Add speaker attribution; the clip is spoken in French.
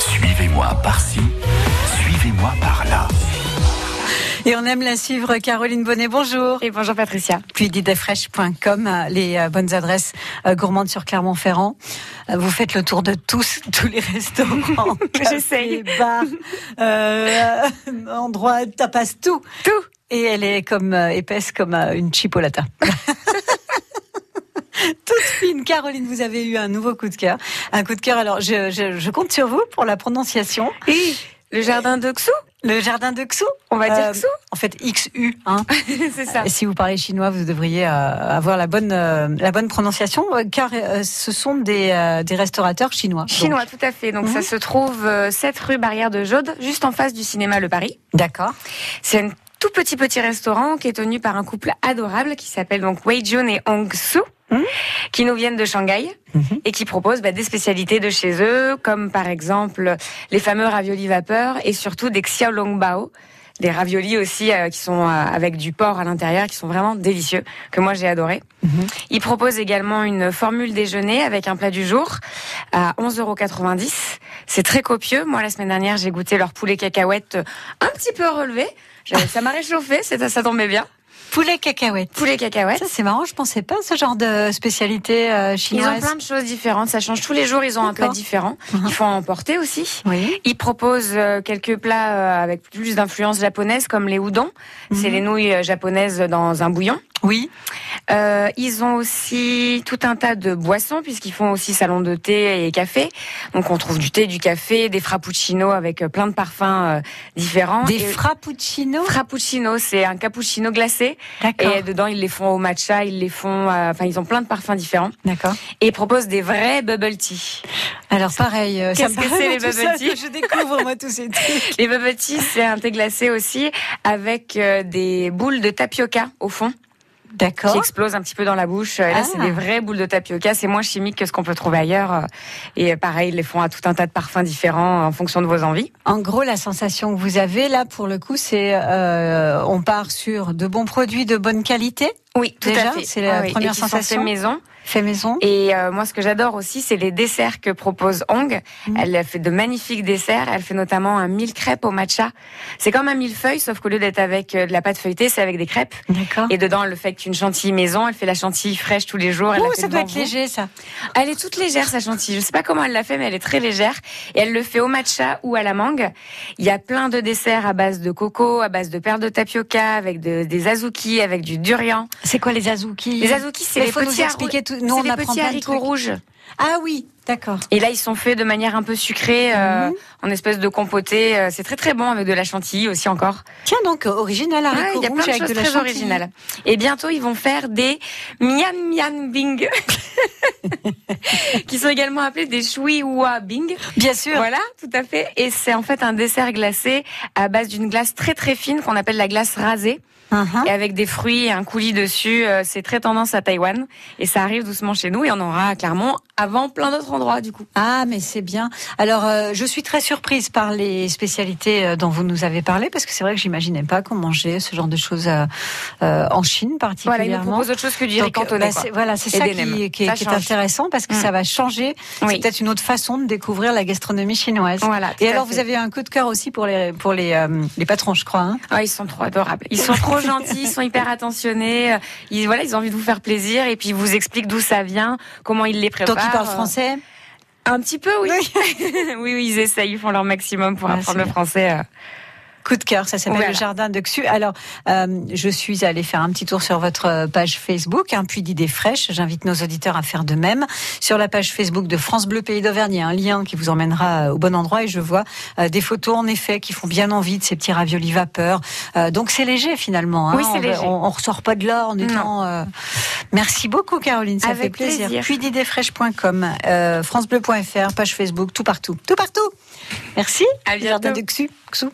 Speaker 1: Suivez-moi par-ci, suivez-moi par-là.
Speaker 2: Et on aime la suivre, Caroline Bonnet, bonjour.
Speaker 3: Et bonjour Patricia.
Speaker 2: Puis didefresh.com, euh, les euh, bonnes adresses euh, gourmandes sur Clermont-Ferrand. Euh, Vous faites le tour de tous, tous les restaurants,
Speaker 3: J'essaye.
Speaker 2: cafés, bars, euh, endroits, tapas, tout.
Speaker 3: Tout.
Speaker 2: Et elle est comme euh, épaisse comme euh, une chipolata. Toute fine, Caroline, vous avez eu un nouveau coup de cœur. Un coup de cœur, alors je, je- je compte sur vous pour la prononciation.
Speaker 3: Et le jardin d'Oxou
Speaker 2: Le jardin de Xu,
Speaker 3: On va
Speaker 2: Euh,
Speaker 3: dire Xou
Speaker 2: en fait XU, hein,
Speaker 3: C'est ça.
Speaker 2: Et Si vous parlez chinois, vous devriez euh, avoir la bonne, euh, la bonne prononciation, euh, car euh, ce sont des, euh, des restaurateurs chinois. Donc,
Speaker 3: Chinois, tout à fait. Donc
Speaker 2: Mhm.
Speaker 3: ça se trouve euh, 7 rue Barrière de Jaude, juste en face du cinéma Le Paris.
Speaker 2: D'accord.
Speaker 3: C'est un tout petit petit restaurant qui est tenu par un couple adorable qui s'appelle donc Wei Jun et Hong Su.
Speaker 2: Mhm.
Speaker 3: Qui nous viennent de Shanghai
Speaker 2: Mhm.
Speaker 3: et qui proposent bah, des spécialités de chez eux, comme par exemple les fameux raviolis vapeur et surtout des xiaolongbao, des raviolis aussi euh, qui sont euh, avec du porc à l'intérieur, qui sont vraiment délicieux, que moi j'ai adoré.
Speaker 2: Mhm.
Speaker 3: Il propose également une formule déjeuner avec un plat du jour à 11,90€. C'est très copieux. Moi, la semaine dernière, j'ai goûté leur poulet cacahuète euh, un petit peu relevé. J'avais- Ça m'a réchauffé, c'est- ça tombait bien.
Speaker 2: Poulet cacahuète.
Speaker 3: Poulet cacahuète.
Speaker 2: Ça, c'est marrant, je pensais pas à ce genre de spécialité euh,
Speaker 3: Ils ont
Speaker 2: chinoise.
Speaker 3: plein de choses différentes. Ça change tous les jours. Ils ont un plat
Speaker 2: D'accord.
Speaker 3: différent.
Speaker 2: Mhm.
Speaker 3: Ils font à emporter aussi.
Speaker 2: Oui.
Speaker 3: Ils proposent euh, quelques plats euh, avec plus d'influence japonaise, comme les udon. C'est
Speaker 2: Mhm.
Speaker 3: les nouilles euh, japonaises dans un bouillon.
Speaker 2: Oui.
Speaker 3: Euh, ils ont aussi tout un tas de boissons puisqu'ils font aussi salon de thé et café. Donc on trouve du thé, du café, des frappuccinos avec euh, plein de parfums euh, différents.
Speaker 2: Des
Speaker 3: Et-
Speaker 2: frappuccinos.
Speaker 3: Frappuccino, c'est un cappuccino glacé
Speaker 2: D'accord.
Speaker 3: et dedans ils les font au matcha, ils les font, euh, enfin ils ont plein de parfums différents
Speaker 2: D'accord.
Speaker 3: et ils proposent des vrais bubble tea.
Speaker 2: Alors pareil. euh, ça
Speaker 3: Qu'est-ce
Speaker 2: me
Speaker 3: que
Speaker 2: parle,
Speaker 3: c'est, les
Speaker 2: tout ça,
Speaker 3: bubble tea
Speaker 2: Je découvre moi tous ces trucs.
Speaker 3: Les bubble tea, c'est un thé glacé aussi avec euh, des boules de tapioca au fond qui
Speaker 2: D'accord.
Speaker 3: explosent un petit peu dans la bouche. Et là,
Speaker 2: Ah.
Speaker 3: c'est des vraies boules de tapioca. C'est moins chimique que ce qu'on peut trouver ailleurs. Euh, Et pareil, ils les font à tout un tas de parfums différents en fonction de vos envies.
Speaker 2: En gros, la sensation que vous avez là, pour le coup, c'est euh, on part sur de bons produits de bonne qualité,
Speaker 3: Oui, tout
Speaker 2: Déjà,
Speaker 3: à fait. Ah
Speaker 2: c'est la
Speaker 3: oui,
Speaker 2: première
Speaker 3: et qui sont
Speaker 2: sensation.
Speaker 3: faits maison.
Speaker 2: fait maison.
Speaker 3: Et euh, moi, ce que j'adore aussi, c'est les desserts que propose Hong.
Speaker 2: Mhm.
Speaker 3: Elle fait de magnifiques desserts. Elle fait notamment un mille crêpes au matcha. C'est comme un millefeuille, sauf qu'au lieu d'être avec euh, de la pâte feuilletée, c'est avec des crêpes.
Speaker 2: D'accord.
Speaker 3: Et dedans, elle le fait avec une chantilly maison. Elle fait la chantilly fraîche tous les jours. Elle la
Speaker 2: Oh,
Speaker 3: fait
Speaker 2: ça doit
Speaker 3: devant
Speaker 2: être
Speaker 3: vous.
Speaker 2: léger, ça.
Speaker 3: Elle est toute légère sa chantilly. Je sais pas comment elle l'a fait, mais elle est très légère. Et elle le fait au matcha ou à la mangue. Il y a plein de desserts à base de coco, à base de perles de tapioca, avec de- des azuki, avec du durian.
Speaker 2: C'est quoi les azuki
Speaker 3: Les azuki, c'est
Speaker 2: Mais
Speaker 3: les
Speaker 2: faut nous
Speaker 3: petits, haricots-
Speaker 2: expliquer tout. Nous,
Speaker 3: c'est
Speaker 2: on
Speaker 3: les
Speaker 2: apprend
Speaker 3: petits
Speaker 2: plein de
Speaker 3: haricots
Speaker 2: trucs.
Speaker 3: rouges.
Speaker 2: Ah oui, d'accord.
Speaker 3: Et là, ils sont faits de manière un peu sucrée, euh, en espèce de compoté. Euh, C'est très très bon avec de la chantilly aussi encore.
Speaker 2: Tiens donc, euh, original
Speaker 3: Ouais,
Speaker 2: haricots
Speaker 3: Ah, Il y a
Speaker 2: rouges
Speaker 3: plein de
Speaker 2: avec
Speaker 3: choses
Speaker 2: de la
Speaker 3: très
Speaker 2: chantilly.
Speaker 3: originales. Et bientôt, ils vont faire des miam miam bing, qui sont également appelés des choui oua bing.
Speaker 2: Bien sûr.
Speaker 3: Voilà, tout à fait. Et c'est en fait un dessert glacé à base d'une glace très très fine qu'on appelle la glace rasée
Speaker 2: Mhm.
Speaker 3: et avec des fruits et un coulis dessus. Euh, C'est très tendance à Taïwan et ça arrive doucement chez nous et on aura à Clermont avant plein d'autres endroits du coup.
Speaker 2: Ah, mais c'est bien. Alors, euh, je suis très surprise par les spécialités euh, dont vous nous avez parlé, parce que c'est vrai que j'imaginais pas qu'on mangeait ce genre de choses euh, euh, en Chine
Speaker 3: Voilà, ils nous
Speaker 2: particulièrement.
Speaker 3: proposent autre chose que du riz
Speaker 2: Donc,
Speaker 3: cantonais.
Speaker 2: bah,
Speaker 3: quoi.
Speaker 2: c'est- voilà, c'est
Speaker 3: Et
Speaker 2: ça
Speaker 3: des
Speaker 2: qui,
Speaker 3: nems.
Speaker 2: qui est-
Speaker 3: Ça
Speaker 2: qui est
Speaker 3: change.
Speaker 2: intéressant parce que
Speaker 3: Mm.
Speaker 2: ça va changer. C'est
Speaker 3: Oui.
Speaker 2: peut-être une autre façon de découvrir la gastronomie chinoise.
Speaker 3: Voilà. tout
Speaker 2: Et
Speaker 3: à
Speaker 2: alors,
Speaker 3: fait.
Speaker 2: vous avez un coup de cœur aussi pour les pour les euh, les patrons, je crois. Hein
Speaker 3: Ah, ils sont trop adorables. Ils sont trop gentils, ils sont hyper attentionnés. Euh, Ils voilà, ils ont envie de vous faire plaisir et puis ils vous expliquent d'où ça vient, comment ils les préparent.
Speaker 2: Donc, ils parlent
Speaker 3: Euh,
Speaker 2: français.
Speaker 3: Un petit peu, oui. oui, oui, ils essayent, ils font leur maximum pour
Speaker 2: Ah, c'est
Speaker 3: apprendre le
Speaker 2: bien.
Speaker 3: français. euh.
Speaker 2: Coup de cœur, ça s'appelle
Speaker 3: Voilà.
Speaker 2: le jardin de Xu. Alors, euh, je suis allée faire un petit tour sur votre euh, page Facebook, hein, puis d'idées fraîches. J'invite nos auditeurs à faire de même. Sur la page Facebook de France Bleu Pays d'Auvergne, il y a un lien qui vous emmènera euh, au bon endroit et je vois euh, des photos en effet qui font bien envie de ces petits raviolis vapeur. Euh, donc c'est léger finalement. hein.
Speaker 3: Oui, c'est
Speaker 2: On va-
Speaker 3: léger.
Speaker 2: On, on ressort pas de là en étant. euh, Merci beaucoup Caroline, ça
Speaker 3: Avec
Speaker 2: fait plaisir.
Speaker 3: plaisir.
Speaker 2: Puis d'idéesfraîches.com, euh, francebleu.fr, page Facebook, tout partout, tout partout. Merci.
Speaker 3: À
Speaker 2: Le Jardin
Speaker 3: bientôt.
Speaker 2: de Xu. Xu.